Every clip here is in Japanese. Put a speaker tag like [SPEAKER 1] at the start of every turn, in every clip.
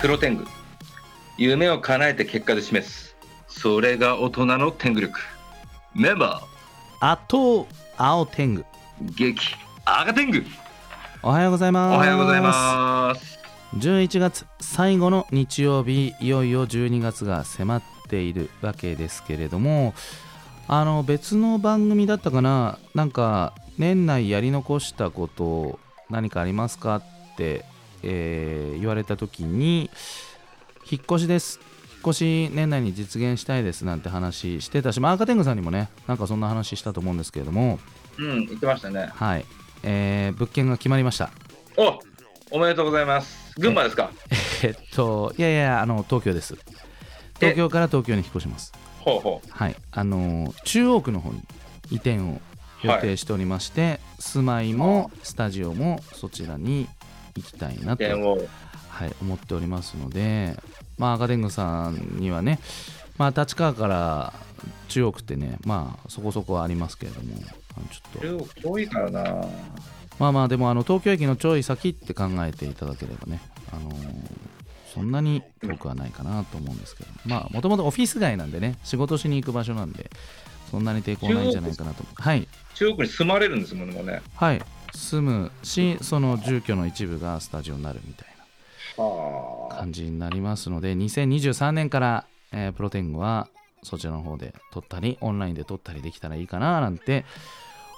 [SPEAKER 1] 黒天狗夢を叶えて結果で示すそれが大人の天狗力メンバ
[SPEAKER 2] あと青天狗
[SPEAKER 1] ー激赤天狗
[SPEAKER 2] おはようござい
[SPEAKER 1] お
[SPEAKER 2] ます
[SPEAKER 1] はようございます
[SPEAKER 2] 11月最後の日曜日いよいよ12月が迫っているわけですけれどもあの別の番組だったかななんか年内やり残したこと何かありますかって、えー言われた時に引っ越しです引っ越し年内に実現したいですなんて話してたし、まあ、アーカテングさんにもねなんかそんな話したと思うんですけれども
[SPEAKER 1] うん言ってましたね
[SPEAKER 2] はい、えー物件が決まりました
[SPEAKER 1] おおめでとうございます群馬ですか
[SPEAKER 2] えっと、いやいや、あの東京です。東京から東京に引っ越します。
[SPEAKER 1] ほうほう
[SPEAKER 2] はい、あの中央区の方に移転を予定しておりまして、住まいもスタジオもそちらに行きたいなと、
[SPEAKER 1] 電王
[SPEAKER 2] はい、思っておりますので、まあ、アカデングさんにはね、まあ、立川から中央区ってね、まあ、そこそこありますけれども、あのちょっと、
[SPEAKER 1] 中国遠いからな
[SPEAKER 2] まあまあ、でもあの東京駅のちょい先って考えていただければね、あのそんなに遠くはないかなと思うんですけど、まあ、もともとオフィス街なんでね、仕事しに行く場所なんで、そんなに抵抗ないんじゃないかなと。はい、
[SPEAKER 1] 中国に住まれるんですもんねもうね
[SPEAKER 2] はい、住むし、その住居の一部がスタジオになるみたいな
[SPEAKER 1] はあ
[SPEAKER 2] 感じになりますので、2023年から、えープロテングはそちらの方で撮ったり、オンラインで撮ったりできたらいいかななんて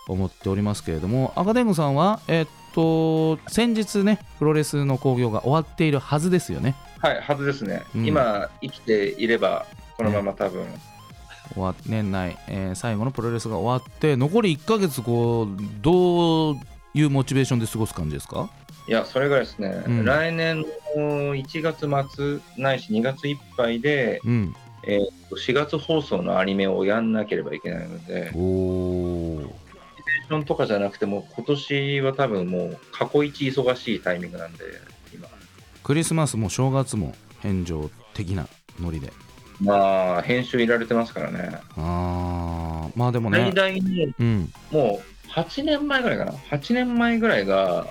[SPEAKER 2] 思っておりますけれども、アカデングさんは、えーっと、先日ね、プロレスの興行が終わっているはずですよね。
[SPEAKER 1] はいはずですね、
[SPEAKER 2] うん
[SPEAKER 1] 今生きていればこのまま多分、
[SPEAKER 2] 終わ年内、えー最後のプロレスが終わって残り1ヶ月こうどういうモチベーションで過ごす感じですか
[SPEAKER 1] いや、それがですね、
[SPEAKER 2] うん
[SPEAKER 1] 来年の1月末ないし2月いっぱいで、
[SPEAKER 2] うん
[SPEAKER 1] 4月放送のアニメをやんなければいけないので、
[SPEAKER 2] おお
[SPEAKER 1] テンションとかじゃなくても、今年は多分もう、過去一忙しいタイミングなんで、今。
[SPEAKER 2] クリスマスも正月も返上的なノリで
[SPEAKER 1] まあ、編集いられてますからね。
[SPEAKER 2] あーまあでもね
[SPEAKER 1] 最大に、
[SPEAKER 2] うん
[SPEAKER 1] もう、8年前ぐらいかな。8年前ぐらいが、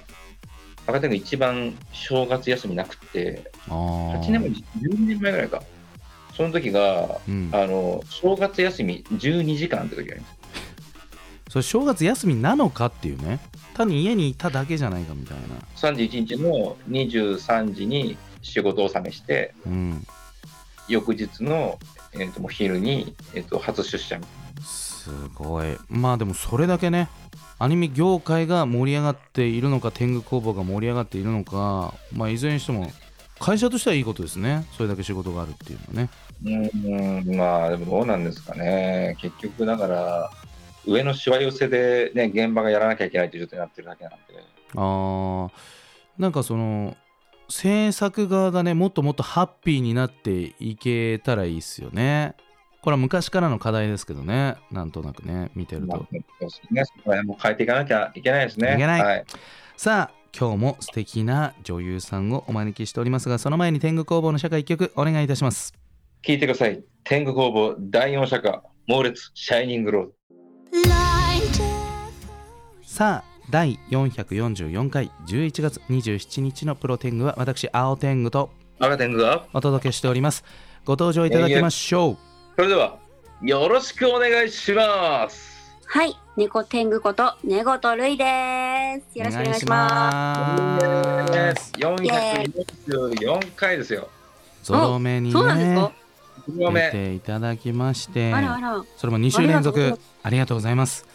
[SPEAKER 1] 赤点が一番正月休みなくて、
[SPEAKER 2] あ
[SPEAKER 1] 8
[SPEAKER 2] 8
[SPEAKER 1] 年前、12年前ぐらいか。その時が、
[SPEAKER 2] うん、
[SPEAKER 1] あの、正月休み12時間って時があります。
[SPEAKER 2] それ正月休みなのかっていうね単に家にいただけじゃないかみたいな
[SPEAKER 1] 31日の23時に仕事を納めして、
[SPEAKER 2] うん
[SPEAKER 1] 翌日の、えー、ともう昼に、えー、と初出社みたい
[SPEAKER 2] すごいまあでもそれだけねアニメ業界が盛り上がっているのか天狗工房が盛り上がっているのかまあいずれにしても会社としてはいいことですねそれだけ仕事があるっていうのは
[SPEAKER 1] な。
[SPEAKER 2] ね
[SPEAKER 1] うーん、まあでもどうなんですかね。結局だから、上のしわ寄せで、ね、現場がやらなきゃいけないという状態になってるだけなんで。
[SPEAKER 2] あーなんかその制作側がねもっともっとハッピーになっていけたらいいっすよねこれは昔からの課題ですけどねなんとなくね見てる
[SPEAKER 1] まあ、
[SPEAKER 2] と
[SPEAKER 1] そうですね、そこら辺も変えていかなきゃいけないですね。
[SPEAKER 2] いけない
[SPEAKER 1] はい、
[SPEAKER 2] さあ今日も素敵な女優さんをお招きしておりますがその前に天狗工房の社会一曲お願いいたします
[SPEAKER 1] 聞いてください。天狗工房第4社歌、猛烈、シャイニングロード。
[SPEAKER 2] さあ第444回11月27日のプロテングは私青天狗と
[SPEAKER 1] 赤天狗が、
[SPEAKER 2] お届けしておりますご登場いただきましょう
[SPEAKER 1] それでは、よろしくお願いします。
[SPEAKER 3] はい、猫天狗こと猫とるいです。よろしくお願いします。
[SPEAKER 2] ます
[SPEAKER 1] 444回ですよ。
[SPEAKER 2] ゾロ目に
[SPEAKER 3] そうなんです
[SPEAKER 2] ね
[SPEAKER 3] か。
[SPEAKER 1] 2度
[SPEAKER 2] 出
[SPEAKER 1] 目。
[SPEAKER 2] ていただきまして
[SPEAKER 3] あらあら。
[SPEAKER 2] それも2週連
[SPEAKER 3] ありが
[SPEAKER 2] 続
[SPEAKER 3] とうございま
[SPEAKER 2] ありがとうございます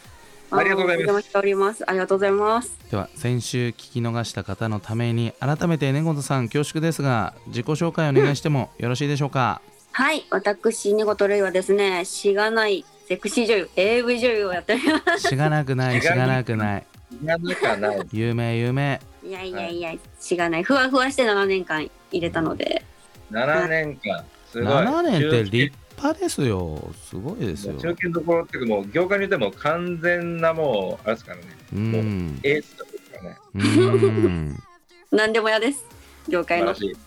[SPEAKER 1] ありがとうございます
[SPEAKER 3] お邪魔しております。ありがとうございます。
[SPEAKER 2] では先週聞き逃した方のために改めて根本さん恐縮ですが自己紹介お願いしてもよろしいでしょう か
[SPEAKER 3] はい、私猫とるいはですね、しがないセクシー女優、AV 女優をやっておりま
[SPEAKER 2] しがなくないしがなくない
[SPEAKER 1] やるかない。
[SPEAKER 2] 有名有名
[SPEAKER 3] す。いやいやいや、しがない。ふわふわして7年間入れたので、
[SPEAKER 1] 7年間。すごい。
[SPEAKER 2] 7年って立派ですよすごいですよ
[SPEAKER 1] 中堅どころっていうか、もう業界にいても完全なもう、あれですからね、
[SPEAKER 2] うん
[SPEAKER 1] エースですからね。
[SPEAKER 2] うん
[SPEAKER 3] 何でも嫌です。業界
[SPEAKER 1] 素晴
[SPEAKER 3] の
[SPEAKER 1] ら。しい。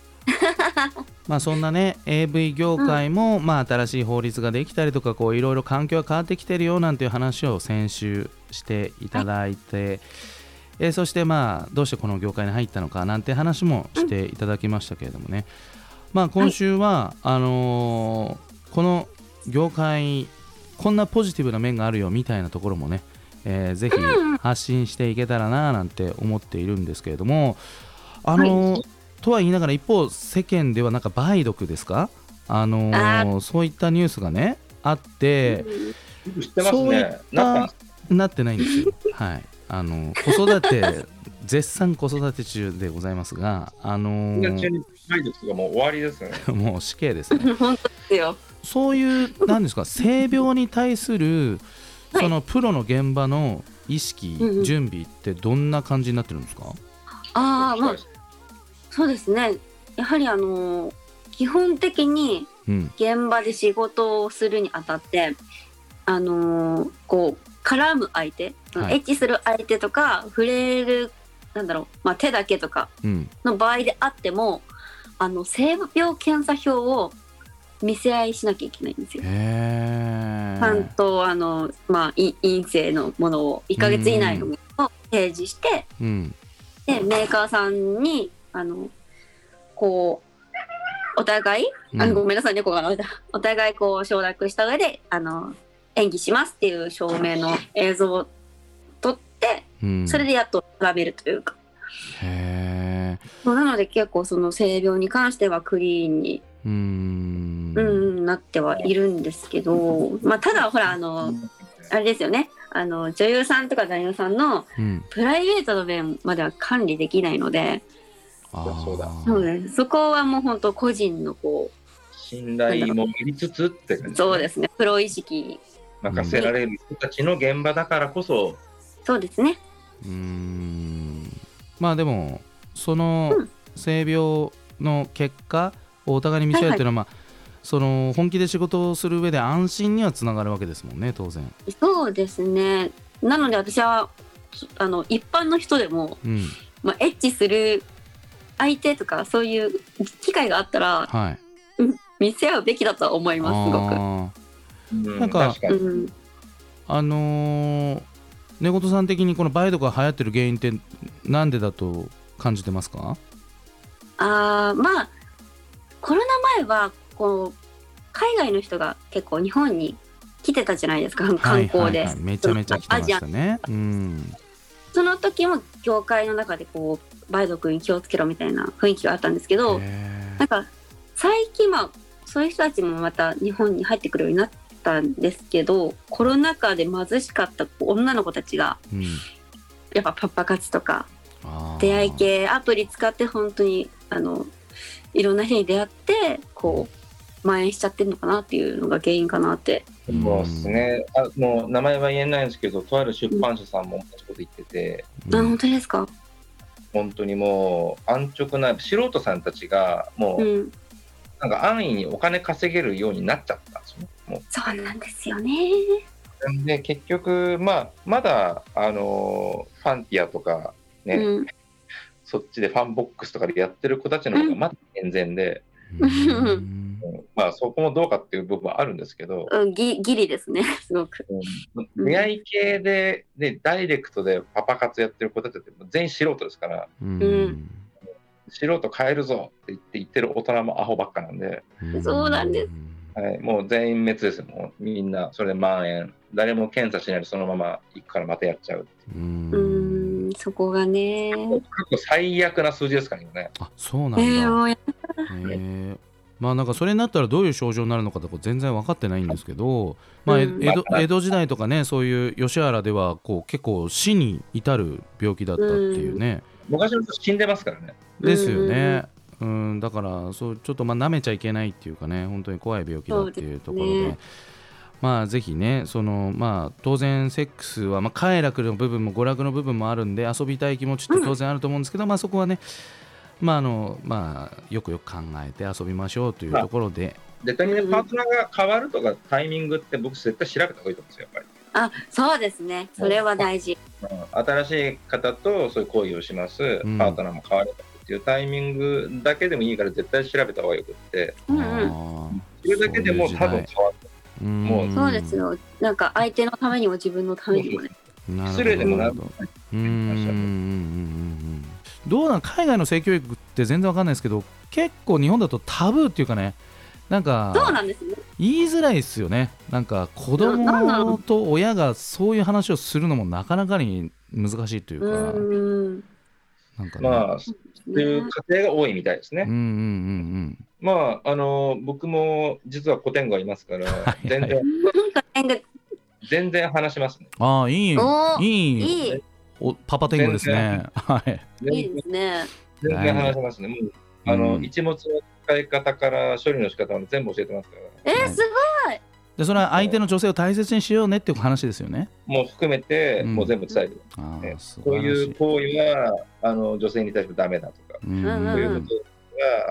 [SPEAKER 2] まあそんなね AV 業界も、まあ新しい法律ができたりとかこういろいろ環境が変わってきてるよなんていう話を先週していただいて、えーそしてまあどうしてこの業界に入ったのかなんて話もしていただきましたけれどもね、まあ、今週は、あのーこの業界こんなポジティブな面があるよみたいなところもね、えーぜひ発信していけたらななんて思っているんですけれどもあのーとは言いながら一方世間ではなんか梅毒ですかあのーそういったニュースがねあって、
[SPEAKER 1] 知ってます
[SPEAKER 2] そういっ
[SPEAKER 1] ね
[SPEAKER 2] た。
[SPEAKER 1] なんか、
[SPEAKER 2] なってないんですよ。 はい、あの子育て絶賛子育て中でございますが、あの
[SPEAKER 1] みんな中
[SPEAKER 2] ー
[SPEAKER 1] にないですが、もう終わりですね。
[SPEAKER 2] もう死刑ですね。
[SPEAKER 3] 本当ですよ。
[SPEAKER 2] そういうなんですか性病に対する
[SPEAKER 3] はい
[SPEAKER 2] そのプロの現場の意識、
[SPEAKER 3] うんうん
[SPEAKER 2] 準備ってどんな感じになってるんですか？
[SPEAKER 3] ああ、まあ、そうですね。やはりあのー基本的に
[SPEAKER 2] うん、
[SPEAKER 3] 現場で仕事をするにあたって、あのーこう絡む相手、
[SPEAKER 2] はい
[SPEAKER 3] エッチする相手とか触れるなんだろう、まあ、手だけとか
[SPEAKER 2] うん、
[SPEAKER 3] の場合であってもあの性病検査表を見せ合いしなきゃいけないんですよ。
[SPEAKER 2] へ
[SPEAKER 3] ちゃん
[SPEAKER 2] え、
[SPEAKER 3] とあの、まあ、い陰性のものを1ヶ月以内のものを提示して
[SPEAKER 2] うん、
[SPEAKER 3] でメーカーさんにあのこうお互いあごめんなさい猫が鳴いたお互いこう承諾した上であの演技しますっていう証明の映像を撮って
[SPEAKER 2] うん、
[SPEAKER 3] それでやっと選べるというか、
[SPEAKER 2] へえ、
[SPEAKER 3] そうなので結構その性病に関してはクリーンに、
[SPEAKER 2] うーん、
[SPEAKER 3] うんうん、なってはいるんですけど、まあ、ただほらあのあれですよねあの女優さんとか男優さんの
[SPEAKER 2] うん、
[SPEAKER 3] プライベートの面までは管理できないので
[SPEAKER 2] あー
[SPEAKER 1] そうだ
[SPEAKER 3] そうですそこはもう本当個人のこ
[SPEAKER 1] 信頼も得りつつって感
[SPEAKER 3] う
[SPEAKER 1] じ。
[SPEAKER 3] そうですねプロ意識
[SPEAKER 1] 任せられる人たちの現場だからこそ、
[SPEAKER 3] そうですね
[SPEAKER 2] うーんまあでもその
[SPEAKER 3] うん
[SPEAKER 2] 性病の結果をお互いに見せ合うっていうのは、まあその本気で仕事をする上で安心にはつながるわけですもんね当然、
[SPEAKER 3] そうですね。なので私はそあの一般の人でも、
[SPEAKER 2] うん、
[SPEAKER 3] まあ、エッチする相手とかそういう機会があったら
[SPEAKER 2] はい
[SPEAKER 3] 見せ合うべきだとは思い ますすごく。
[SPEAKER 2] あー
[SPEAKER 1] うん
[SPEAKER 2] なんか
[SPEAKER 1] 確か
[SPEAKER 3] う
[SPEAKER 1] に
[SPEAKER 3] ん、
[SPEAKER 2] あのー、根本さん的にこの梅毒が流行ってる原因ってなんでだと感じてますか
[SPEAKER 3] あーまあコロナ前はこう海外の人が結構日本に来てたじゃないですか観光
[SPEAKER 2] はい
[SPEAKER 3] で
[SPEAKER 2] はいはい、。めちゃめちゃ来てましたねうん
[SPEAKER 3] その時も業界の中でこう梅毒に気をつけろみたいな雰囲気があったんですけど。
[SPEAKER 2] へ
[SPEAKER 3] なんか最近まあそういう人たちもまた日本に入ってくるようになったんですけどコロナ禍で貧しかった女の子たちが
[SPEAKER 2] ーうん
[SPEAKER 3] やっぱパパ活とか
[SPEAKER 2] あー
[SPEAKER 3] 出会い系アプリ使って本当にあのいろんな人に出会ってこう蔓延しちゃってるのかなっていうのが原因かなって。
[SPEAKER 1] そうですねあもう名前は言えないんですけどとある出版社さんも同じこと言ってて
[SPEAKER 2] う
[SPEAKER 3] あ
[SPEAKER 2] ん
[SPEAKER 3] 本当ですか、
[SPEAKER 1] 本当にもう安直な素人さんたちがも
[SPEAKER 3] う、
[SPEAKER 1] うんなんか安易にお金稼げるようになっちゃったんですよね。もう
[SPEAKER 3] そうなんですよね。
[SPEAKER 1] なんで結局、まあ、まだ、あのーファンティアとか、ね
[SPEAKER 3] うん、
[SPEAKER 1] そっちでファンボックスとかでやってる子たちの方がまだ健全で、
[SPEAKER 2] うん
[SPEAKER 1] うんまあ、そこもどうかっていう部分はあるんですけど、
[SPEAKER 3] うん、ぎギリですね すごく。
[SPEAKER 1] うん出会い系で、ね、ダイレクトでパパ活やってる子たちって全員素人ですから
[SPEAKER 2] うん。
[SPEAKER 3] うん
[SPEAKER 1] 素人変えるぞって言って言ってる大人もアホばっかなんで、
[SPEAKER 3] そうなんです
[SPEAKER 1] はい、もう全員滅ですよもうみんなそれで蔓延誰も検査しないでそのまま行くからまたやっちゃう
[SPEAKER 2] う。
[SPEAKER 3] うんんそこがね。
[SPEAKER 1] 過去最悪な数字ですから今ね
[SPEAKER 2] あ、そうなんだ。
[SPEAKER 3] え
[SPEAKER 2] へ
[SPEAKER 3] ー、もうや
[SPEAKER 2] えまあなんかそれになったらどういう症状になるのかとか全然分かってないんですけど、まあ、え
[SPEAKER 3] うん
[SPEAKER 2] 江戸江戸時代とかねそういう吉原ではこう結構死に至る病気だったっていうね、
[SPEAKER 1] 昔の人死んでますからね
[SPEAKER 2] ですよね、うん、だからそうちょっとまあ舐めちゃいけないっていうかね本当に怖い病気だっていうところで
[SPEAKER 3] そうですね
[SPEAKER 2] まあぜひねその、まあ、当然セックスは、まあ、快楽の部分も娯楽の部分もあるんで遊びたい気持ちって当然あると思うんですけど、まあ、そこはねまああのまあ、よくよく考えて遊びましょうというところで、
[SPEAKER 1] 絶対にねパートナーが変わるとかタイミングって僕絶対調べた方がいいと思うんですよやっ
[SPEAKER 3] あそうですねそれは大事。
[SPEAKER 1] ぱり、うん新しい方とそういう行為をします、
[SPEAKER 2] ん
[SPEAKER 1] パートナーも変わるっていうタイミングだけでもいいから絶対調べた方がよくって
[SPEAKER 3] うん
[SPEAKER 2] あ
[SPEAKER 3] うん
[SPEAKER 2] ー
[SPEAKER 1] それだけでもう多分変わる
[SPEAKER 2] うん
[SPEAKER 1] もう
[SPEAKER 3] そうですよ。なんか相手のためにも自分のためにもね。
[SPEAKER 2] なるほど
[SPEAKER 1] 失礼でもなる
[SPEAKER 2] うんうんうんうんどうなん海外の性教育って全然わかんないですけど結構日本だとタブーっていうかねなんか
[SPEAKER 3] そうなんですね。
[SPEAKER 2] 言いづらいですよねなんか子
[SPEAKER 3] ななんな
[SPEAKER 2] 供
[SPEAKER 3] ん
[SPEAKER 2] と親がそういう話をするのもなかなかに難しいという
[SPEAKER 3] う
[SPEAKER 2] か
[SPEAKER 3] ーん。
[SPEAKER 2] なんかね、
[SPEAKER 1] まあ、そ
[SPEAKER 3] そう
[SPEAKER 1] いう家庭が多いみたいですね。
[SPEAKER 2] うんうんうん
[SPEAKER 1] まあ、あの僕も実は古典語がいますから、
[SPEAKER 2] い
[SPEAKER 1] 全然、
[SPEAKER 3] ね。
[SPEAKER 1] 全然話しますね。
[SPEAKER 2] うんああいい
[SPEAKER 3] おー
[SPEAKER 2] いい
[SPEAKER 3] いい
[SPEAKER 2] おパパ天狗ですねはい
[SPEAKER 3] いいですね。
[SPEAKER 1] 全然話せますね。もうあの、
[SPEAKER 2] うん
[SPEAKER 1] 一物の使い方から処理の仕方まで全部教えてますから、
[SPEAKER 3] えー、
[SPEAKER 2] はい
[SPEAKER 3] すごい。
[SPEAKER 2] でそれは相手の女性を大切にしようねっていう話ですよね
[SPEAKER 1] もう含めて、
[SPEAKER 2] うん
[SPEAKER 1] もう全部伝えてる、
[SPEAKER 2] ああ
[SPEAKER 1] ね
[SPEAKER 2] 素
[SPEAKER 1] こう
[SPEAKER 2] 晴らし
[SPEAKER 1] いう
[SPEAKER 2] い
[SPEAKER 1] 行為はあの女性に対してダメだとか、
[SPEAKER 2] うん
[SPEAKER 3] う
[SPEAKER 1] こ
[SPEAKER 3] ん
[SPEAKER 1] ういうこと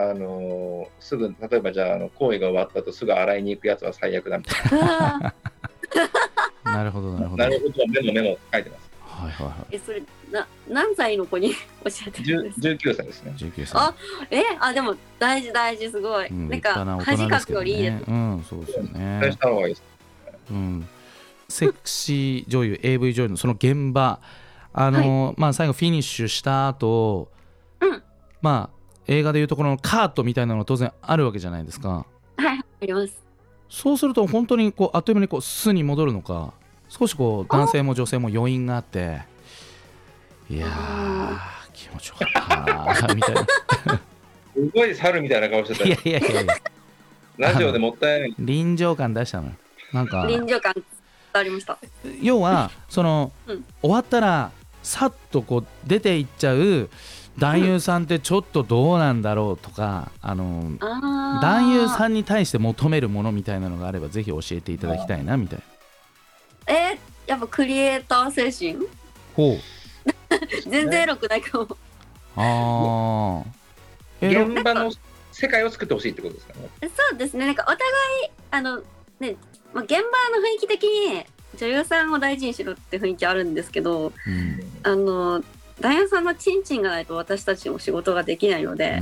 [SPEAKER 1] が、あのすぐ、例えばじゃああの、行為が終わったとすぐ洗いに行くやつは最悪だみたいう
[SPEAKER 3] わー
[SPEAKER 2] なるほどなるほ
[SPEAKER 1] な、
[SPEAKER 2] ど
[SPEAKER 1] なるほど、メモメモって書いてます。
[SPEAKER 2] はいはいは
[SPEAKER 3] え、それ、な、何歳の子に 教えてる
[SPEAKER 1] 10
[SPEAKER 3] んですか。
[SPEAKER 1] 19歳ですね
[SPEAKER 2] い。19歳
[SPEAKER 3] あ、え、あ、でも、大事、大事、すごい。
[SPEAKER 2] うん
[SPEAKER 3] なん
[SPEAKER 2] 立派
[SPEAKER 3] か
[SPEAKER 2] な、大
[SPEAKER 3] 恥
[SPEAKER 2] 人で
[SPEAKER 3] か
[SPEAKER 2] す
[SPEAKER 3] く
[SPEAKER 2] けど
[SPEAKER 3] よりいいで
[SPEAKER 2] ね
[SPEAKER 3] す。
[SPEAKER 2] うんそうですよ
[SPEAKER 1] 期待
[SPEAKER 2] ね
[SPEAKER 1] した方がいいです。
[SPEAKER 2] うん、セクシー女優 AV 女優のその現場あの、まあ、最後フィニッシュした後、
[SPEAKER 3] うん
[SPEAKER 2] まあ映画でいうところのカートみたいなのが当然あるわけじゃないですか
[SPEAKER 3] はい、あります。
[SPEAKER 2] そうすると本当にこうあっという間にこう素に戻るのか少しこう男性も女性も余韻があっていやー気持ちよかったなみたいな
[SPEAKER 1] すごい猿みたいな顔してた
[SPEAKER 2] い
[SPEAKER 1] よ
[SPEAKER 2] やいやいやいや
[SPEAKER 1] ラジオでもったいない。
[SPEAKER 2] 臨場感出したのよなんか
[SPEAKER 3] 臨場感。伝わりました。
[SPEAKER 2] 要はその、
[SPEAKER 3] うん
[SPEAKER 2] 終わったらさっとこう出ていっちゃう男優さんってちょっとどうなんだろうとか、あの
[SPEAKER 3] ああ。
[SPEAKER 2] 男優さんに対して求めるものみたいなのがあればぜひ教えていただきたいなみたいな。
[SPEAKER 3] えやっぱクリエイター精神
[SPEAKER 2] ほう
[SPEAKER 3] 全然エロくないかも。
[SPEAKER 2] あーエロ
[SPEAKER 1] 現場の世界を作ってほしいってことですかね。
[SPEAKER 3] そうですね、なんかお互い、あの、ね、まあ、現場の雰囲気的に女優さんを大事にしろって雰囲気あるんですけど、
[SPEAKER 2] うん
[SPEAKER 3] あの、男優さんのチンチンがないと私たちも仕事ができないの
[SPEAKER 2] う
[SPEAKER 3] で、
[SPEAKER 2] んう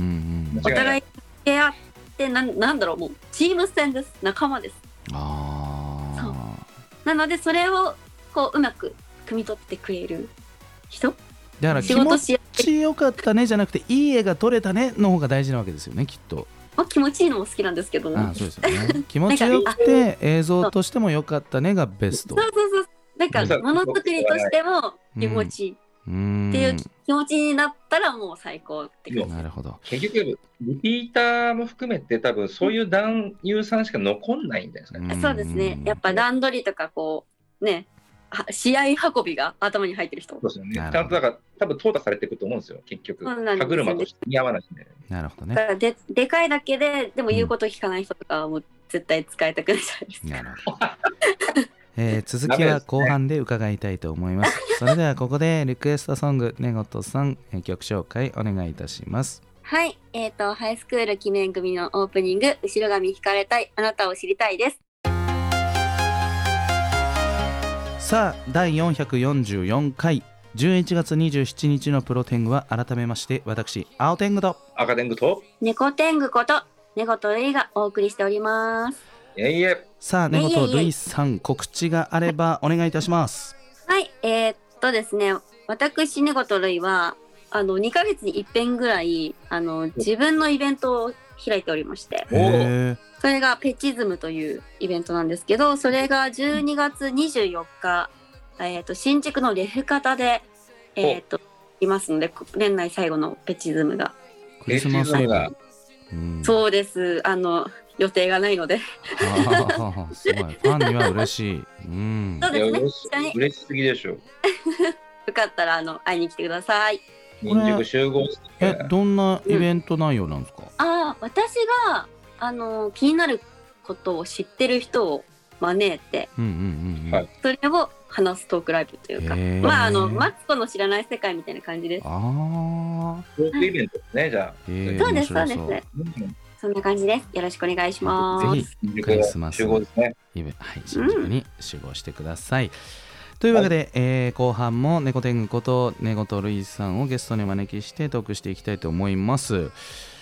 [SPEAKER 2] ん
[SPEAKER 3] お互い付き合って、なんなんだろう、もうチーム戦です、仲間です。
[SPEAKER 2] あー
[SPEAKER 3] なので、それをこう、うまく汲み取ってくれる人、
[SPEAKER 2] だから
[SPEAKER 3] 仕
[SPEAKER 2] 気
[SPEAKER 3] 事
[SPEAKER 2] 持
[SPEAKER 3] しやすい。
[SPEAKER 2] ちよかったねじゃなくていい絵が撮れたねの方が大事なわけですよねきっと。
[SPEAKER 3] まあ、気持ちいいのも好きなんですけど、
[SPEAKER 2] あーそうですよね気持ちよくて映像としてもよかったねがベスト。
[SPEAKER 3] そうそうそう。なんか、ものづくりとしても気持ちいい。
[SPEAKER 2] うーん
[SPEAKER 3] っていう気持ちになったらもう最高って感じ。
[SPEAKER 2] なるほど。
[SPEAKER 1] 結局、リピーターも含めて、多分そういう男優さんしか残んないんじゃないですかね。
[SPEAKER 2] ん
[SPEAKER 3] そうですね。やっぱ段取りとかこうね、は試合運びが頭に入ってる人。
[SPEAKER 1] そうですよね。ち
[SPEAKER 2] な
[SPEAKER 1] ゃ
[SPEAKER 2] る
[SPEAKER 1] ん
[SPEAKER 2] ほ
[SPEAKER 1] と
[SPEAKER 2] ど
[SPEAKER 1] だから、多分淘汰されていくと思うんですよ、結局。
[SPEAKER 3] そうなんです
[SPEAKER 1] 歯
[SPEAKER 3] よ
[SPEAKER 1] 車として似合わないんで。
[SPEAKER 2] なるほど
[SPEAKER 3] だ
[SPEAKER 2] ね。
[SPEAKER 3] からででかいだけででも言うこと聞かない人とかはもう絶対使いたくないじゃないですか。
[SPEAKER 2] なる ほど。えー続きは後半で伺いたいと思います。それではここでリクエストソング、ねごとさん、えー曲紹介お願いいたします。
[SPEAKER 3] はい、えっ、とハイスクール記念組のオープニング後ろ髪引かれたいあなたを知りたいです。
[SPEAKER 2] さあ、第444回、11月27日のプロ天狗は改めまして、私、青天狗と、
[SPEAKER 1] 赤天狗と、
[SPEAKER 3] 猫天狗こと猫とルイがお送りしております。
[SPEAKER 1] えいえ、
[SPEAKER 2] さあ、ねごと
[SPEAKER 3] いえいえいえ
[SPEAKER 2] るいさん、告知があればお願いいたします。
[SPEAKER 3] はい、えーっとですね、私、猫とるいは、あの、2ヶ月に一遍ぐらい、あの、自分のイベントを開いておりまして、
[SPEAKER 1] おー
[SPEAKER 2] へー
[SPEAKER 3] それがペチズムというイベントなんですけど、それが12月24日、えーっと、新宿のレフ方で、えーっと、いますので、こ年内最後のペチズムが。
[SPEAKER 2] クリスマスイブ。
[SPEAKER 1] が
[SPEAKER 2] うん
[SPEAKER 3] そうです、あの、予定がないので。
[SPEAKER 2] ああ、すごい。ファンには嬉しい。うん。
[SPEAKER 3] そう
[SPEAKER 1] い
[SPEAKER 3] で
[SPEAKER 1] や
[SPEAKER 3] すね、
[SPEAKER 1] 嬉し
[SPEAKER 3] 一緒に
[SPEAKER 1] 嬉しすぎでしょ。
[SPEAKER 3] よかったら、あの、会いに来てください。
[SPEAKER 1] 民宿集合して、
[SPEAKER 2] え、どんなイベント内容なんですか。
[SPEAKER 3] ああ私があの気になることを知ってる人を招いて
[SPEAKER 2] うんうんうんうん。
[SPEAKER 1] はい
[SPEAKER 3] それを話すトークライブというか
[SPEAKER 2] へー
[SPEAKER 3] まああのマツコの知らない世界みたいな感じです
[SPEAKER 2] ああ。
[SPEAKER 1] トークイベントですね、じゃあ。
[SPEAKER 2] えー
[SPEAKER 3] そうですそう
[SPEAKER 2] 面
[SPEAKER 3] で
[SPEAKER 2] 白
[SPEAKER 3] す
[SPEAKER 2] そう
[SPEAKER 1] うん
[SPEAKER 3] そんな感じですよろしくお願いしま
[SPEAKER 2] ぜ
[SPEAKER 3] す
[SPEAKER 1] 新宿
[SPEAKER 2] クリスマス
[SPEAKER 1] 集合ですね。
[SPEAKER 2] ひ、イベはい、新宿に集合してください。というわけで、えー後半も猫天狗こと猫とるいさんをゲストにお招きしてトークしていきたいと思います。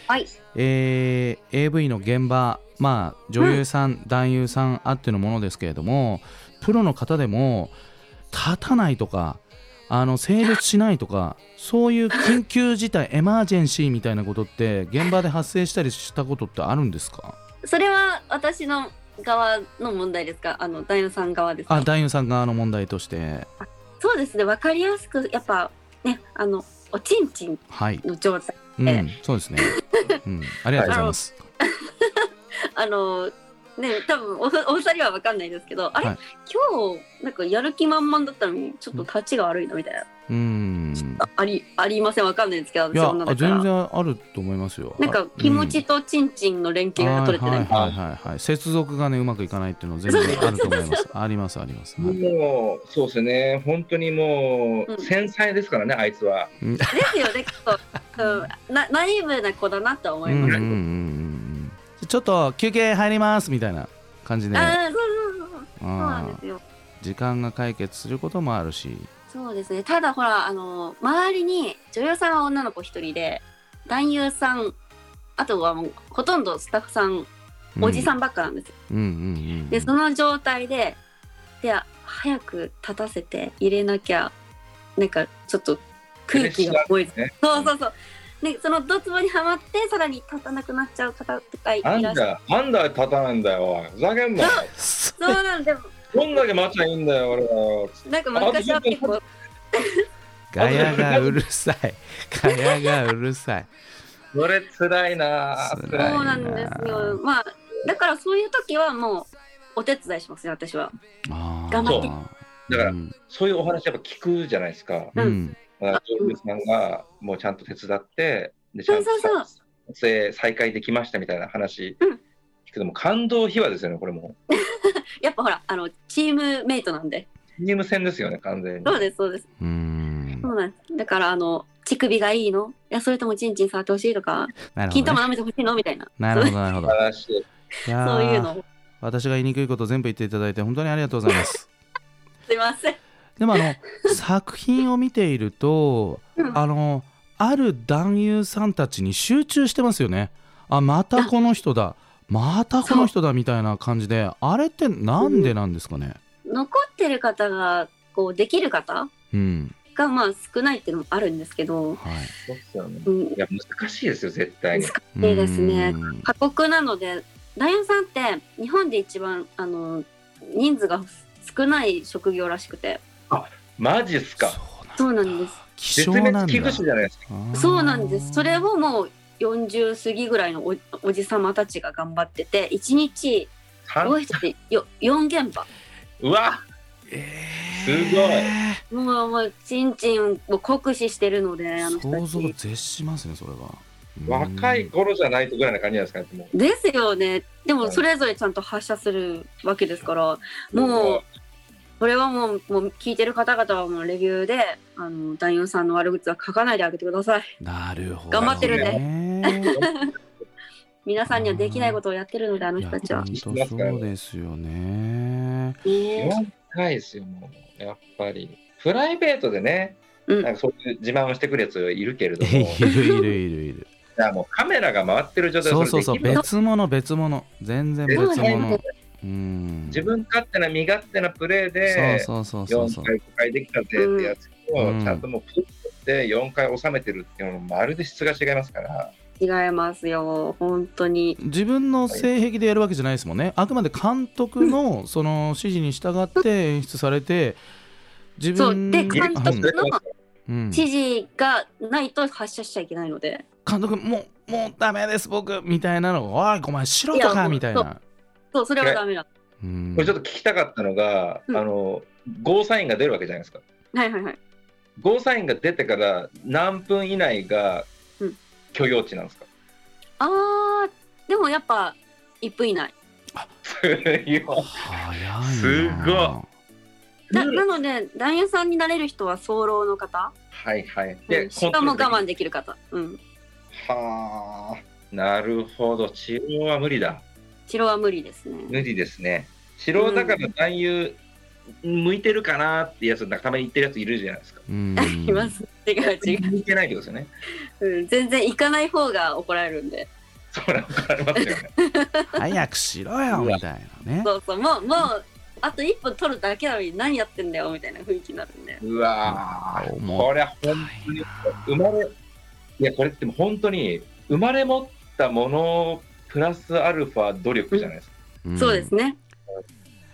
[SPEAKER 3] はい
[SPEAKER 2] えー AV の現場、まあ、女優さん、男優さんあってのものですけれどもプロの方でも立たないとかあの整列しないとかそういう緊急事態エマージェンシーみたいなことって現場で発生したりしたことってあるんですか
[SPEAKER 3] それは私の側の問題ですかあのダイナさん側です
[SPEAKER 2] あ
[SPEAKER 3] か
[SPEAKER 2] 男優さん側の問題として
[SPEAKER 3] そうですね分かりやすくやっぱねあのおちんちん
[SPEAKER 2] はい、
[SPEAKER 3] の状態
[SPEAKER 2] うん、そうですね、うん、ありがとうございます、
[SPEAKER 3] あのね多分おお二人は分かんないですけどあれ、
[SPEAKER 2] はい
[SPEAKER 3] 今日なんかやる気満々だったのにちょっと立ちが悪いなみたいな、
[SPEAKER 2] うん
[SPEAKER 3] あありありません分かんないですけど
[SPEAKER 2] いや
[SPEAKER 3] 私女
[SPEAKER 2] あ
[SPEAKER 3] だから
[SPEAKER 2] 全然あると思いますよ
[SPEAKER 3] なんか気持ちとちんちんの連携が取れてな
[SPEAKER 2] は
[SPEAKER 3] い、
[SPEAKER 2] いはいはいはい、はい、接続がねうまくいかないっていうのは全然あると思い ますありますあります、はい
[SPEAKER 1] もう、そうですね、本当にも
[SPEAKER 3] うん
[SPEAKER 1] う、繊細ですからね、あいつは。
[SPEAKER 3] ですよねきっと、うん、なナイーブな子だなとは思い
[SPEAKER 2] うん
[SPEAKER 3] ま
[SPEAKER 2] うん
[SPEAKER 3] す、
[SPEAKER 2] うんうんうんちょっと休憩入りますみたいな感じで、
[SPEAKER 3] ああそうそうそうそう
[SPEAKER 2] う
[SPEAKER 3] そうんなんですよ
[SPEAKER 2] 時間が解決することもあるし、
[SPEAKER 3] そうですねただほらあの周りに女優さんは女の子一人で男優さんあとはもうほとんどスタッフさん
[SPEAKER 2] う
[SPEAKER 3] おじさ
[SPEAKER 2] ん、
[SPEAKER 3] んばっかなんですよ、
[SPEAKER 2] うんうんうん、
[SPEAKER 3] でその状態でで早く立たせて入れなきゃなんかちょっと空気が重い
[SPEAKER 1] プレッシャーですね
[SPEAKER 3] そうそうそうね、そのドツボにはまってさらに立たなくなっちゃう方とかいら
[SPEAKER 1] あ
[SPEAKER 3] っ
[SPEAKER 1] ん
[SPEAKER 3] しゃる
[SPEAKER 1] た、あんた立たないんだよ、おいふざけんなよ。
[SPEAKER 3] そうなんでも
[SPEAKER 1] どんだけ待ちゃいいんだよ、俺は。
[SPEAKER 3] なんか昔は結構
[SPEAKER 2] ガヤがうるさ いガヤがうるさい
[SPEAKER 1] それ辛いな
[SPEAKER 2] 辛い
[SPEAKER 1] 辛い
[SPEAKER 3] そうなんですよまあだからそういう時はもうお手伝いしますね私は
[SPEAKER 2] あー
[SPEAKER 3] 頑
[SPEAKER 1] 張ってだから
[SPEAKER 2] うん
[SPEAKER 1] そういうお話やっぱ聞くじゃないですか。
[SPEAKER 2] う
[SPEAKER 3] うん
[SPEAKER 1] だから女優さんがもうちゃんと手伝って、でちゃんと
[SPEAKER 3] そうそうそう
[SPEAKER 1] 撮影再開できましたみたいな話
[SPEAKER 3] うん
[SPEAKER 1] 聞くのも感動秘話ですよね、これもう。
[SPEAKER 3] やっぱほらあのチームメイトなんで
[SPEAKER 1] チーム戦ですよね、完全に。
[SPEAKER 3] そうですそうです
[SPEAKER 2] うん
[SPEAKER 3] そうなんですだからあの乳首がいいのいやそれともチンチン触ってほしいとか
[SPEAKER 2] なるほ
[SPEAKER 3] 金
[SPEAKER 2] ど、
[SPEAKER 3] 玉
[SPEAKER 2] ね、
[SPEAKER 3] 舐めてほしいのみたいな
[SPEAKER 2] なるほどなるほど
[SPEAKER 1] 素晴らしい。
[SPEAKER 2] やー
[SPEAKER 3] そういうのを
[SPEAKER 2] 私が言いにくいこと全部言っていただいて本当にありがとうございます
[SPEAKER 3] すいません
[SPEAKER 2] でもあの作品を見ていると
[SPEAKER 3] うん
[SPEAKER 2] あのある男優さんたちに集中してますよねあまたこの人だまたこの人だみたいな感じであれってなんでなんですかね
[SPEAKER 3] 残ってる方がこうできる方
[SPEAKER 2] うん
[SPEAKER 3] がまあ少ないっていうのもあるんですけど、
[SPEAKER 2] はい
[SPEAKER 1] そうですよね。
[SPEAKER 3] うん
[SPEAKER 1] い、や、難しいですよ、絶対に。
[SPEAKER 3] いいですね
[SPEAKER 2] うん
[SPEAKER 3] 過酷なので男優さんって日本で一番あの人数が少ない職業らしくて
[SPEAKER 1] マジっすか。
[SPEAKER 3] そうなんです
[SPEAKER 2] 希
[SPEAKER 1] 絶
[SPEAKER 2] 少
[SPEAKER 1] 滅
[SPEAKER 2] なんだ
[SPEAKER 1] 危惧種じゃないですか。
[SPEAKER 3] そうなんですそれをもう40過ぎぐらいのおおじさまたちが頑張ってて1日
[SPEAKER 1] 三
[SPEAKER 3] 多い人でよ4現場
[SPEAKER 1] うわ
[SPEAKER 2] す
[SPEAKER 1] すご
[SPEAKER 3] もうもうちんちんを酷使してるのであの人
[SPEAKER 2] 想
[SPEAKER 3] た
[SPEAKER 2] 像を
[SPEAKER 3] ち
[SPEAKER 2] 絶しますねそれはうん
[SPEAKER 1] 若い頃じゃないとぐらいな感じなんですかね。も
[SPEAKER 3] ですよねでもそれぞれちゃんと発射するわけですから
[SPEAKER 1] う
[SPEAKER 3] もうこれはもうもう聞いてる方々はもうレビューであの男優さんの悪口は書かないであげてください
[SPEAKER 2] なるほど
[SPEAKER 3] 頑張ってる
[SPEAKER 2] ね
[SPEAKER 3] 皆さんにはできないことをやってるのであの
[SPEAKER 2] いや
[SPEAKER 3] 人た
[SPEAKER 2] 本
[SPEAKER 3] ちは。
[SPEAKER 2] 当そうですよね
[SPEAKER 3] ね
[SPEAKER 1] 4回ですよ、もう。やっぱり。プライベートでね、
[SPEAKER 3] うん
[SPEAKER 1] なんかそういう自慢をしてくるやついるけれども、
[SPEAKER 2] いるいるいるいる
[SPEAKER 1] じゃあもうカメラが回ってる状態で
[SPEAKER 2] そう
[SPEAKER 1] そ
[SPEAKER 2] そう
[SPEAKER 1] れ
[SPEAKER 2] そ
[SPEAKER 1] で
[SPEAKER 2] う
[SPEAKER 1] きるの
[SPEAKER 2] 別物別物全然別
[SPEAKER 3] そうなん
[SPEAKER 2] 物
[SPEAKER 3] で
[SPEAKER 2] うん
[SPEAKER 1] 自分勝手な身勝手なプレーで、
[SPEAKER 2] そうそうそう
[SPEAKER 1] 4
[SPEAKER 2] そう
[SPEAKER 1] 回、5回できたぜってやつを、
[SPEAKER 2] うん
[SPEAKER 1] ちゃんともう、プッとって4回収めてるっていうのも、まるで質が違いますから、
[SPEAKER 3] 違いますよ本当に
[SPEAKER 2] 自分の性癖でやるわけじゃないですもんねあくまで監督のその指示に従って演出されて自分
[SPEAKER 3] そうで
[SPEAKER 1] ディレクター
[SPEAKER 3] 監
[SPEAKER 1] 忘
[SPEAKER 3] 督
[SPEAKER 1] れてますよ
[SPEAKER 2] うん
[SPEAKER 3] 指示がないと発射しちゃいけないので
[SPEAKER 2] 監督もうもうダメです僕みたいなのがおいお前素人
[SPEAKER 3] いや
[SPEAKER 2] か
[SPEAKER 3] もう
[SPEAKER 2] みたいな
[SPEAKER 3] そうそれはダメだ
[SPEAKER 2] うん
[SPEAKER 1] これちょっと聞きたかったのが、
[SPEAKER 3] うん
[SPEAKER 1] あの、ゴーサインが出るわけじゃないですか。
[SPEAKER 3] はいはいはい
[SPEAKER 1] ゴーサインが出てから何分以内が
[SPEAKER 3] うん
[SPEAKER 1] 許容値なんですか、
[SPEAKER 3] あーでもやっぱ1分以内
[SPEAKER 2] 早いな
[SPEAKER 1] すご
[SPEAKER 3] な
[SPEAKER 1] うん
[SPEAKER 3] なので男優さんになれる人は早漏の方、
[SPEAKER 1] はいはい。
[SPEAKER 3] うんしかも我慢
[SPEAKER 1] で
[SPEAKER 3] できる方うん
[SPEAKER 1] きる。はあ。なるほど。治療は無理だ。
[SPEAKER 3] 治療は無理ですね
[SPEAKER 1] 無理ですね。治療だから男優、向いてるかなってやつ、なんかたまに言ってるやついるじゃないですか。
[SPEAKER 2] うん
[SPEAKER 3] います違う違う、
[SPEAKER 1] 向いてないけどですよね。
[SPEAKER 3] うん、全然行かない方が怒られるんで
[SPEAKER 1] そうなんかありますよね。
[SPEAKER 2] 早くしろよみたいなね
[SPEAKER 3] そうそうもうもうあと1分取るだけなのに何やってんだよみたいな雰囲気になるんで。
[SPEAKER 1] うわー、
[SPEAKER 2] 重
[SPEAKER 1] これは本当に生まれ、いや、これってもう本当に生まれ持ったものプラスアルファ努力じゃないですか。
[SPEAKER 2] ん
[SPEAKER 3] そうですね。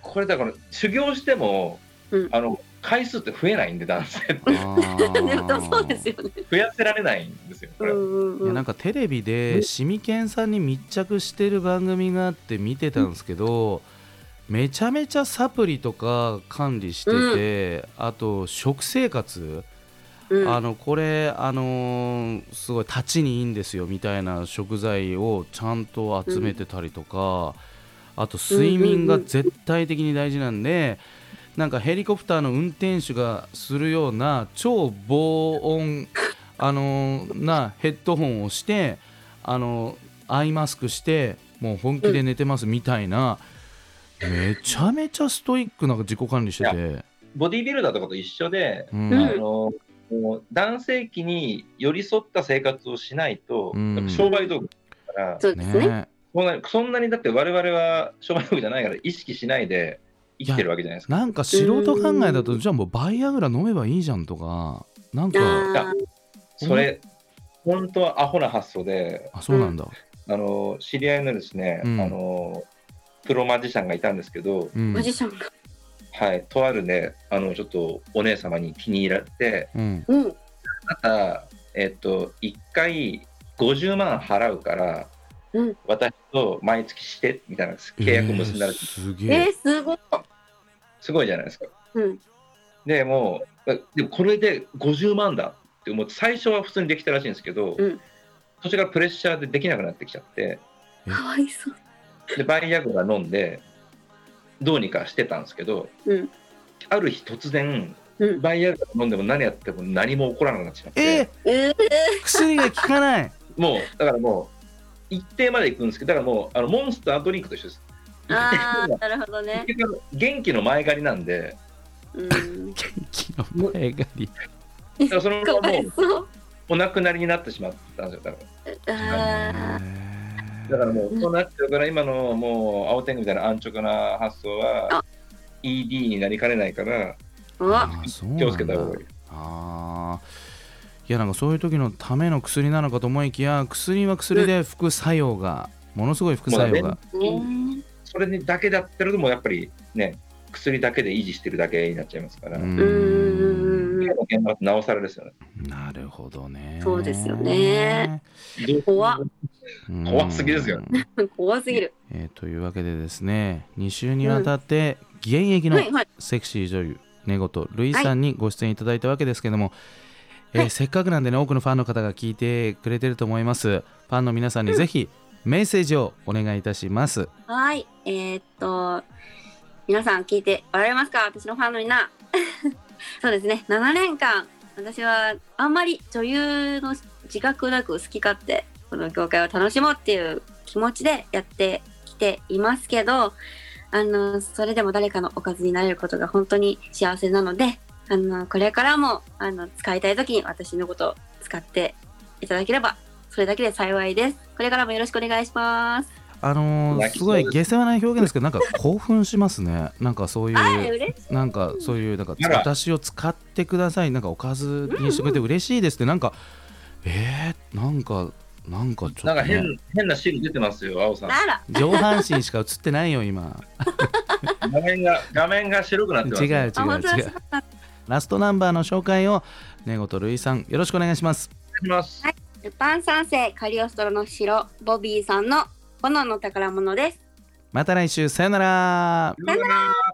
[SPEAKER 1] これだから修行しても、
[SPEAKER 3] うん
[SPEAKER 1] あの回数って増えないんで、男性 って
[SPEAKER 2] あ
[SPEAKER 3] でもで
[SPEAKER 2] ー
[SPEAKER 3] もそうですよね。
[SPEAKER 1] 増やせられないんですよ、こ
[SPEAKER 3] う
[SPEAKER 1] れ。
[SPEAKER 3] ん
[SPEAKER 2] いうや
[SPEAKER 3] んう
[SPEAKER 2] なん
[SPEAKER 3] ん。
[SPEAKER 2] かテレビでシミケンさんに密着してる番組があって見てたんですけど、めちゃめちゃサプリとか管理してて、あと食生活、
[SPEAKER 3] うん
[SPEAKER 2] あのこれあのーすごい立ちにいいんですよみたいな食材をちゃんと集めてたりとか、あと睡眠が絶対的に大事なんで。なんかヘリコプターの運転手がするような超防音あのーなヘッドホンをしてあのーアイマスクしてもう本気で寝てますみたいな、めちゃめちゃストイックな自己管理してて、
[SPEAKER 1] ボディービルダーとかと一緒で、
[SPEAKER 2] うん
[SPEAKER 1] あのもう男性器に寄り添った生活をしないと、
[SPEAKER 2] うん
[SPEAKER 1] やっぱ商売道具だから、
[SPEAKER 3] そうですね。
[SPEAKER 2] ね
[SPEAKER 1] そんなそんなにだって我々は商売道具じゃないから意識しないで生きてるわけじゃないですか。
[SPEAKER 2] なんか素人考えだと
[SPEAKER 3] うん
[SPEAKER 2] じゃあもうバイアグラ飲めばいいじゃんとかなんか
[SPEAKER 3] あ
[SPEAKER 1] それ、本当はアホな発想で、
[SPEAKER 2] あそうなんだ
[SPEAKER 1] あの知り合いのですね、
[SPEAKER 2] うん
[SPEAKER 1] あのプロマジシャンがいたんですけど、
[SPEAKER 2] うん
[SPEAKER 3] ーマジシャンか。
[SPEAKER 1] はい、とあるね、あのちょっとお姉様に気に入られて、
[SPEAKER 2] うん
[SPEAKER 3] うん。
[SPEAKER 1] あなた、えっと、1回50万払うから、
[SPEAKER 3] うん
[SPEAKER 1] 私と毎月してみたいな契約を結んだら、
[SPEAKER 2] えーすげ
[SPEAKER 3] え
[SPEAKER 2] え
[SPEAKER 3] ー、すごい。
[SPEAKER 1] すごいじゃないですか。
[SPEAKER 3] うん。
[SPEAKER 1] でもう、でもこれで50万だって思って、最初は普通にできたらしいんですけど、
[SPEAKER 3] うん
[SPEAKER 1] 途中からプレッシャーでできなくなってきちゃって、
[SPEAKER 3] かわいそう。
[SPEAKER 1] でバイアグラ飲んで、どうにかしてたんですけど、
[SPEAKER 3] うん。
[SPEAKER 1] ある日突然、
[SPEAKER 3] うん。
[SPEAKER 1] バイアグラ飲んでも何やっても何も起こらなくなっちゃって、
[SPEAKER 2] え
[SPEAKER 3] えー、
[SPEAKER 2] ー薬が効か ない
[SPEAKER 1] もう、だからもう、一定まで行くんですけど、だからもう、あのモンスタードリンクと一緒です。
[SPEAKER 3] あ あ、なるほどね。
[SPEAKER 1] 結局元気の前借りなんで、
[SPEAKER 3] うん。
[SPEAKER 2] 元気の前がり
[SPEAKER 1] だからそのま
[SPEAKER 3] か
[SPEAKER 1] ま
[SPEAKER 3] わ
[SPEAKER 1] も
[SPEAKER 3] いうそう。
[SPEAKER 1] お亡くなりになってしまったんですよ、だか
[SPEAKER 3] あ
[SPEAKER 1] らだからもう、そうなっちゃうから、今のもう、青天狗みたいな安直な発想は
[SPEAKER 3] あ、
[SPEAKER 1] ED になりかねないから、
[SPEAKER 3] あ。うわ。
[SPEAKER 2] あーそうなん
[SPEAKER 1] 気
[SPEAKER 2] だ
[SPEAKER 1] をつけた方がいい。
[SPEAKER 2] あーいやなんかそういう時のための薬なのかと思いきや薬は薬で副作用が、ものすごい副作用
[SPEAKER 1] もう
[SPEAKER 2] が
[SPEAKER 1] ねそれにだけだったら、でもやっぱりね、薬だけで維持してるだけになっちゃいますから、
[SPEAKER 2] う
[SPEAKER 1] 今
[SPEAKER 2] ん
[SPEAKER 3] うーん。
[SPEAKER 1] の現場ってなおさらですよね。
[SPEAKER 2] なるほどね
[SPEAKER 3] そうですよね怖っ
[SPEAKER 2] うん
[SPEAKER 1] 怖すぎですよ
[SPEAKER 3] 怖すぎる。
[SPEAKER 2] えーというわけでですね2週にわたって現役の
[SPEAKER 3] はいはい。
[SPEAKER 2] セクシー女優寝言ルイさんにご出演いただいたわけですけども、えー
[SPEAKER 3] はい
[SPEAKER 2] せっかくなんでね多くのファンの方が聞いてくれてると思いますファンの皆さんにぜひメッセージをお願いいたします
[SPEAKER 3] はい。えーっと、皆さん聞いておられますか私のファンのみんな。 そうですね。7年間、私はあんまり女優の自覚なく好き勝手、この業界を楽しもうっていう気持ちでやってきていますけど、あの、それでも誰かのおかずになれることが本当に幸せなので、あの、これからも、あの、使いたい時に私のことを使っていただければ、それだけで幸いです。これからもよろしくお願いします。
[SPEAKER 2] あのー
[SPEAKER 1] 泣き
[SPEAKER 2] す
[SPEAKER 1] そう
[SPEAKER 2] ご
[SPEAKER 1] です
[SPEAKER 2] い下世話な表現ですけどなんか興奮しますねなんかそうい
[SPEAKER 3] はい、
[SPEAKER 2] う
[SPEAKER 3] 嬉しい。
[SPEAKER 2] なんかそういうなんか
[SPEAKER 1] あら
[SPEAKER 2] 私を使ってくださいなんかおかずにしてくれて嬉しいですってなんかえー、なんかなんかちょっと、
[SPEAKER 1] な
[SPEAKER 2] ね、
[SPEAKER 1] んか変変な汁出てますよ、青さん。
[SPEAKER 3] あら、
[SPEAKER 2] 上半身しか映ってないよ今
[SPEAKER 1] 画面が画面が白くなってます、
[SPEAKER 2] 違う違う違
[SPEAKER 3] あ、本当だ。
[SPEAKER 2] うラストナンバーの紹介を根本るいさんよろしくお願いします
[SPEAKER 1] 違ます。
[SPEAKER 3] ルパン三世、カリオストロの城、ボビーさんの、炎の宝物です。
[SPEAKER 2] また来週さよなら
[SPEAKER 1] さよなら